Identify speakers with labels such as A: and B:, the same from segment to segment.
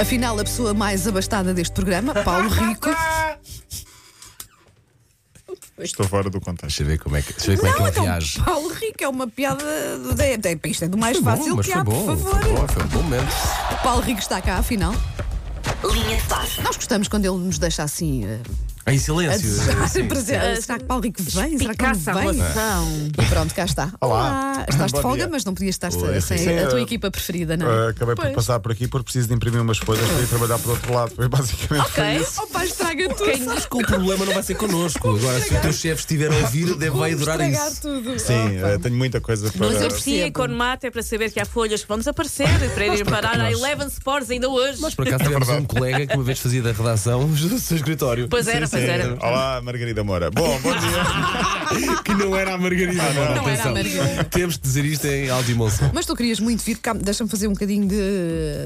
A: Afinal, a pessoa mais abastada deste programa, Paulo Rico.
B: Estou fora do contexto.
C: Deixa eu ver como é que, deixa eu ver como é que
A: Não,
C: ele
A: então,
C: reage.
A: Paulo Rico é uma piada. Do, é, é, isto é do mais fácil
C: bom, mas
A: que
C: foi
A: há,
C: bom,
A: por favor.
C: foi bom, foi um bom momento.
A: Paulo Rico está cá, afinal.
D: Linha de passe.
A: Nós gostamos quando ele nos deixa assim eh,
C: Em
A: a
C: silêncio.
A: desejar.
C: Sim.
A: Sempre a dizer, "Ah, Será que Paulo Rico vem? Será que
E: Picaça a
A: ele vem?
E: relação.
A: E pronto, cá está.
B: Olá.
A: Estás de
B: Bom
A: folga,
B: dia.
A: mas não podias estar
C: Oi,
A: sem
C: Rita.
A: a tua
B: Sim,
A: equipa preferida, não
B: Ah,
A: é?
B: acabei por
A: Pois.
B: passar por aqui porque preciso de imprimir umas coisas para ir trabalhar para o outro lado. Foi basicamente
D: Ok.
A: Oh, pá, estraga tudo.
C: Acho que o problema não vai ser connosco. Agora, se o teu chefe estiver a ouvir, deve vai adorar
A: estragar
C: isso.
A: tudo.
B: Sim, eh, tenho muita coisa para.
A: Ah, Mas eu
B: Mas,
A: perce-
E: Sim,
A: Percebo.
E: economata é para saber que há folhas que vão desaparecer para irem parar a
C: nós-
E: Eleven Sports ainda hoje.
C: Nós, por acaso, tivemos um colega que uma vez fazia da redação o seu escritório.
E: Pois era, pois era.
B: Olá, Margarida Moura. Bom, bom dia.
C: Que não era a Margarida. Ah, Não,
A: Não era a Margarida.
C: Temos de dizer isto em áudio e moção.
A: Mas tu querias muito vir cá, deixa-me fazer um bocadinho de.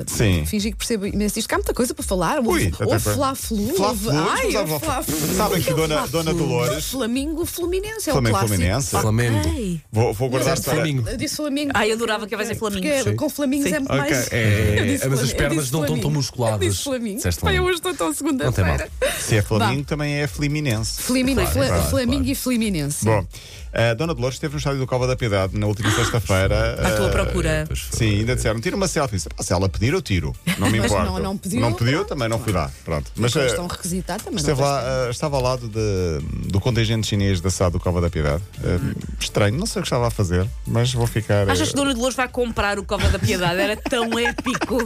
B: Sim.
A: Fingir que percebo imenso isto. Cá há muita coisa para falar.
B: Ui,
A: Houve
B: até
A: houve
B: para-
A: Fla-Flu.
B: Fla-Flu,
A: houve-
B: vamos
A: Ai,
B: lá,
A: houve
B: Fla-
A: Fla-Flu.
B: Sabem que
A: Aquele
B: dona-
A: Fla-Flu.
B: dona Dolores-
A: Flamengo, Fluminense. É um
B: Flamengo
A: clássico.
B: Fluminense.
C: Ah, Flamengo.
E: Ai,
B: Vou, vou guardar para.
C: Flamengo.
A: Eu disse Flamengo.
E: Ai, Ah, eu adorava que vai ser Flamengo.
A: Porque
C: Sim.
A: com Flamingos é muito
C: Ok,
A: mais.
C: é,
A: Eu disse
C: mas as
A: Flamengo, eu
C: pernas
A: disse
C: não estão tão
A: Flamengo.
C: musculadas.
A: Eu disse Flamengo.
C: Disseste
A: Pai, eu
C: Flamengo.
A: hoje estou tão
C: Não tem mal.
A: segunda-feira.
B: Se é Flamengo, também é Fliminense.
A: Flamino- Fla-
C: claro,
A: Flamengo
C: claro.
A: e Fluminense.
B: Bom, a Dona Dolores esteve no estádio do Cova da Piedade na última sexta-feira.
E: à tua
B: eh,
E: procura.
B: Sim, ainda disseram, tira uma selfie. Disse, "Ah, se ela pedir, eu tiro. Não me
A: Mas
B: importa.
A: não- não pediu, pronto.
B: também não fui lá. Pronto. Mas
A: Como
B: eh,
A: estão a requisitar também.
C: é
B: esteve
A: não
B: lá, eh, estava ao lado de- do contingente chinês da SAD do Cova da Piedade. Eh, Estranho, não sei o que estava a fazer, mas vou ficar. eh,
E: Achas que Dona Dolores vai comprar o Cova da Piedade? Era tão épico.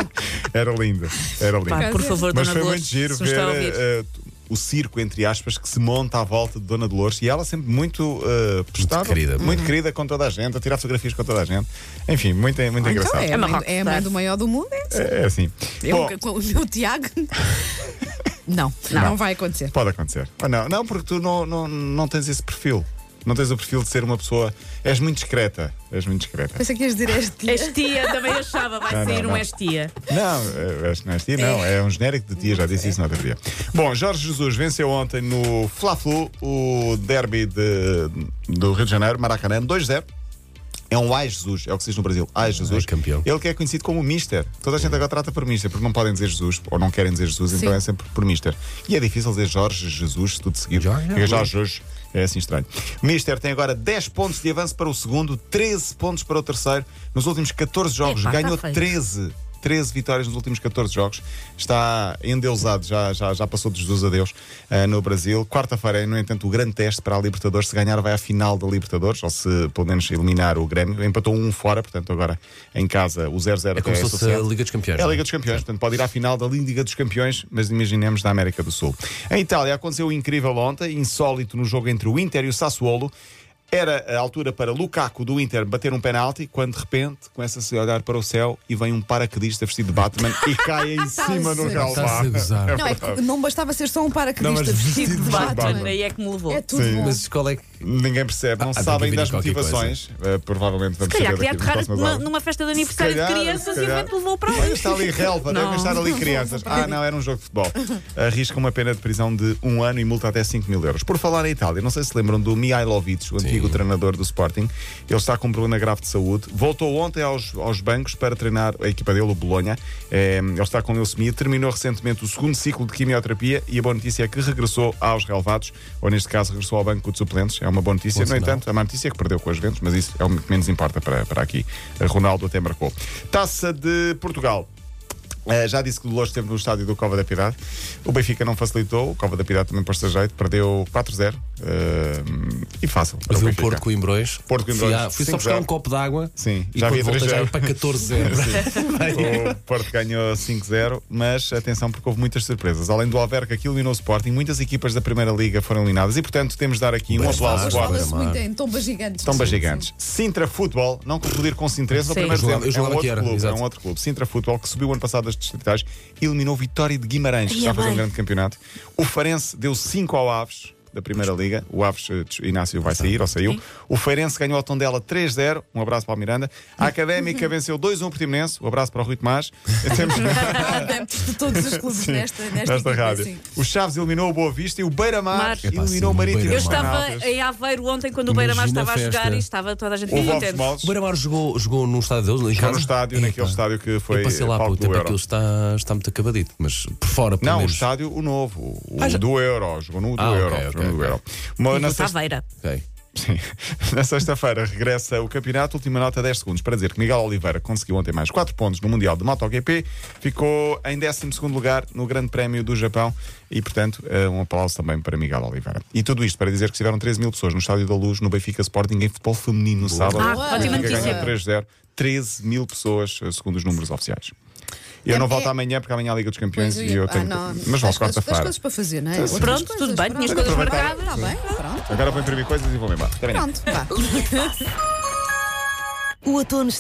B: Era lindo, era lindo.
E: Pá, por favor,
B: Mas
E: Dona
B: foi
E: Dolores,
B: muito giro
E: se nos está a
B: ver
E: ouvir.
B: eh, o circo, entre aspas, que se monta à volta de Dona Dolores e ela sempre muito eh, prestável,
C: querida.
A: Uhum.
B: muito querida com toda a gente, a tirar fotografias com toda a gente. Enfim, muito, muito
A: Então
B: engraçado.
A: é,
E: É
A: a mãe,
E: Marrocos,
A: é a mãe
E: tá?
A: do maior do mundo. É, assim.
B: É, é assim.
A: Eu
B: Bom,
A: nunca- com o meu Tiago. não, não, vai acontecer.
B: Pode acontecer. Ou Ah, não, não, porque tu não, não, não tens esse perfil. Não tens o perfil de ser uma pessoa. És muito discreta. És muito discreta.
A: Pensei que ias dizer este.
E: És tia, também achava, vai
B: Não, não,
E: sair um
B: não.
E: és tia.
B: Não, é- és, não és tia, não. É um genérico de tia, já disse isso no outro dia. Bbom, Jorge Jesus venceu ontem no Fla-Flu o derby de, do Rio de Janeiro, Maracanã, 2-0. É um ai Jesus, é o que se diz no Brasil. Ai Jesus.
C: Ai, campeão.
B: Ele que é conhecido como Mister. Toda a gente agora trata por Mister, porque não podem dizer Jesus, ou não querem dizer Jesus, então
A: Sim.
B: é sempre por Mister. E é difícil dizer Jorge Jesus, tudo seguido.
C: Jorge.
B: Fica Jorge Jesus. É assim estranho. Mister tem agora 10 pontos de avanço para o segundo, 13 pontos para o terceiro. Nos últimos 14 jogos,
E: Epá, tá
B: ganhou
E: feio.
B: 13. 13 vitórias nos últimos 14 jogos. Está endeusado, já, já, já passou de Jesus a Deus eh, no Brasil. Quarta-feira é, no entanto, o grande teste para a Libertadores. Se ganhar, vai à final da Libertadores, ou se pelo menos eliminar o Grêmio. Empatou um fora, portanto, agora em casa o 0-0
C: É como se fosse a
B: suficiente.
C: Liga dos Campeões.
B: É a
C: não é?
B: Liga dos Campeões, portanto pode ir à final da Liga dos Campeões, mas imaginemos da América do Sul. Em Itália aconteceu o incrível ontem, insólito no jogo entre o Inter e o Sassuolo. Era a altura para Lukaku do Inter bater um penalti, quando de repente começa-se a olhar para o céu e vem um paraquedista vestido de Batman e cai em cima no
A: Estás a
B: relvá.
C: Estás a gozar.
A: Não, é que não bastava ser só um
C: Não,
A: paraquedista
C: mas
A: vestido
C: vestido
A: de
E: De Batman,
A: Batman.
E: aí é que me levou.
A: É tudo bom.
C: Mas qual é que.
B: Ninguém percebe, não
C: Ah, tem que
B: sabem
C: vir
B: ainda as
C: qualquer
B: motivações. Eh, provavelmente vamos
E: Calhar
B: saber daqui
E: queria
B: nas
E: aterrar
B: próximas
E: numa,
B: horas.
E: numa festa de
B: Se
E: aniversário
B: calhar,
E: de crianças
B: se
E: e o
B: calhar.
E: vento levou para
B: Olha,
E: onde?
B: está ali relva, devem estar ali crianças. Ah, não, era um jogo de futebol. Arrisca uma pena de prisão de um ano e multa até 5 mil euros. Por falar em Itália, não sei se lembram do Mihailovic, o antigo treinador do Sporting. Ele está com um problema grave de saúde. Voltou ontem aos, aos bancos para treinar a equipa dele, o Bolonha. Eh, ele está com leucemia. Terminou recentemente o segundo ciclo de quimioterapia e a boa notícia é que regressou aos relevados, ou neste caso, regressou ao banco de suplentes. É uma boa notícia.
C: Bom
B: no
C: sinal.
B: entanto, a má notícia é que perdeu com as ventos, mas isso é o que menos importa para, para aqui. Ronaldo até marcou. Taça de Portugal. Eh, já disse que o Lourdes esteve no estádio do Cova da Piedade. O Benfica não facilitou, o Cova da Piedade também pôs-se a jeito, perdeu 4-0. eh, e fácil. para
C: Mas
B: o
C: o
B: Benfica.
C: Porto Coimbrões.
B: Porto
C: Fui,
B: Coimbrões,
C: lá- fui só
B: cinco
C: buscar
B: zero.
C: um copo d'água.
B: Sim,
C: e
B: já
C: quando
B: havia
C: voltei
B: três
C: já
B: zero.
C: era para 14 euros.
B: O Porto ganhou 5-0, mas atenção porque houve muitas surpresas. Além do Alverca que eliminou o Sporting, muitas equipas da Primeira Liga foram eliminadas e, portanto, temos de dar aqui um
C: Bem,
B: aplauso ao
A: Hoje
C: Bora,
B: Sporting.
A: fala-se
C: Mar.
A: muito em tombas gigantes.
B: Tomba
A: Sim, sim.
B: Gigantes. Sintra Futebol, não confundir com Sintresa, o
E: Sim.
B: primeiro
C: Eu
B: dezembro, é
C: jogava- eu
B: um
C: jogava
B: outro
C: que era,
B: clube,
C: exato.
B: é um outro clube. Sintra Futebol, que subiu ano passado das distritais, eliminou Vitória de Guimarães, que
E: Ia
B: está a fazer um
E: bem.
B: grande campeonato. O Farense deu 5 ao Aves. Da primeira liga, o Aves eh, Inácio vai sair, ou saiu. O Feirense ganhou ao Tondela 3-0. Um abraço Um para o Miranda. A Académica venceu 2-1 o Portimonense. Um abraço para o Rui Tomás. Temos-
A: Adeptos de todos os clubes
B: Sim,
A: nesta, nesta,
B: nesta
A: equipa,
B: rádio.
A: sim.
B: O Chaves eliminou o Boa Vista e o Beira-Mar
E: Mar. Epá,
C: sim,
B: eliminou
C: o
B: o Marítimo.
E: Eu
C: Beira-Mar.
E: estava
B: Manaus.
E: em Aveiro ontem quando o
C: Imagina
E: Beira-Mar estava
C: a
E: a jogar
C: festa.
E: e estava toda a gente
B: Houve
E: muito
B: ovos
E: contente.
B: moles.
C: O Beira-Mar jogou, jogou num estádio deles?
B: Cá no estádio, naquele estádio que foi
C: Eu passei lá há
B: palco
C: pouco
B: do
C: tempo,
B: Euro.
C: aquilo está, está muito acabadito, mas por fora, pelo
B: Não, o
C: menos.
B: estádio, o novo, o
C: Ah, já-
B: do Euro. Jogou no do
C: Ah, ok,
B: Euro.
C: ok,
B: jogou no do
C: ok.
B: Euro. Uma- na
E: Está
B: sexta-
E: Aveira.
C: Ok.
B: Sim. Na sexta-feira regressa o campeonato, última nota 10 segundos para dizer que Miguel Oliveira conseguiu ontem mais 4 pontos no Mundial de MotoGP, ficou em 12 lugar no Grande Prémio do Japão e, portanto, eh, um aplauso também para Miguel Oliveira. E tudo isto para dizer que estiveram 13 mil pessoas no Estádio da Luz, no Benfica Sporting, em futebol feminino no sábado.
E: Ah,
B: O Benfica
E: ótima notícia.
A: é.
B: ganhou 3-0, 13 mil pessoas, eh, segundo os números oficiais. Eu não
A: É-
B: volto
A: é-
B: amanhã porque amanhã há a Liga dos Campeões
A: Pois,
B: e eu
A: ah,
B: tenho.
A: não,
B: Mas
A: tens
B: volto
A: coisas- tens
B: quarta-feira.
A: coisas para fazer, não é?
B: Sim, sim.
E: Pronto, tudo bem, tinhas coisas é? marcadas.
A: Está bem, pronto.
B: Agora vou imprimir coisas e vou-me embora. Até amanhã.
A: Pronto, vá.
D: Linha de passe.
F: O outono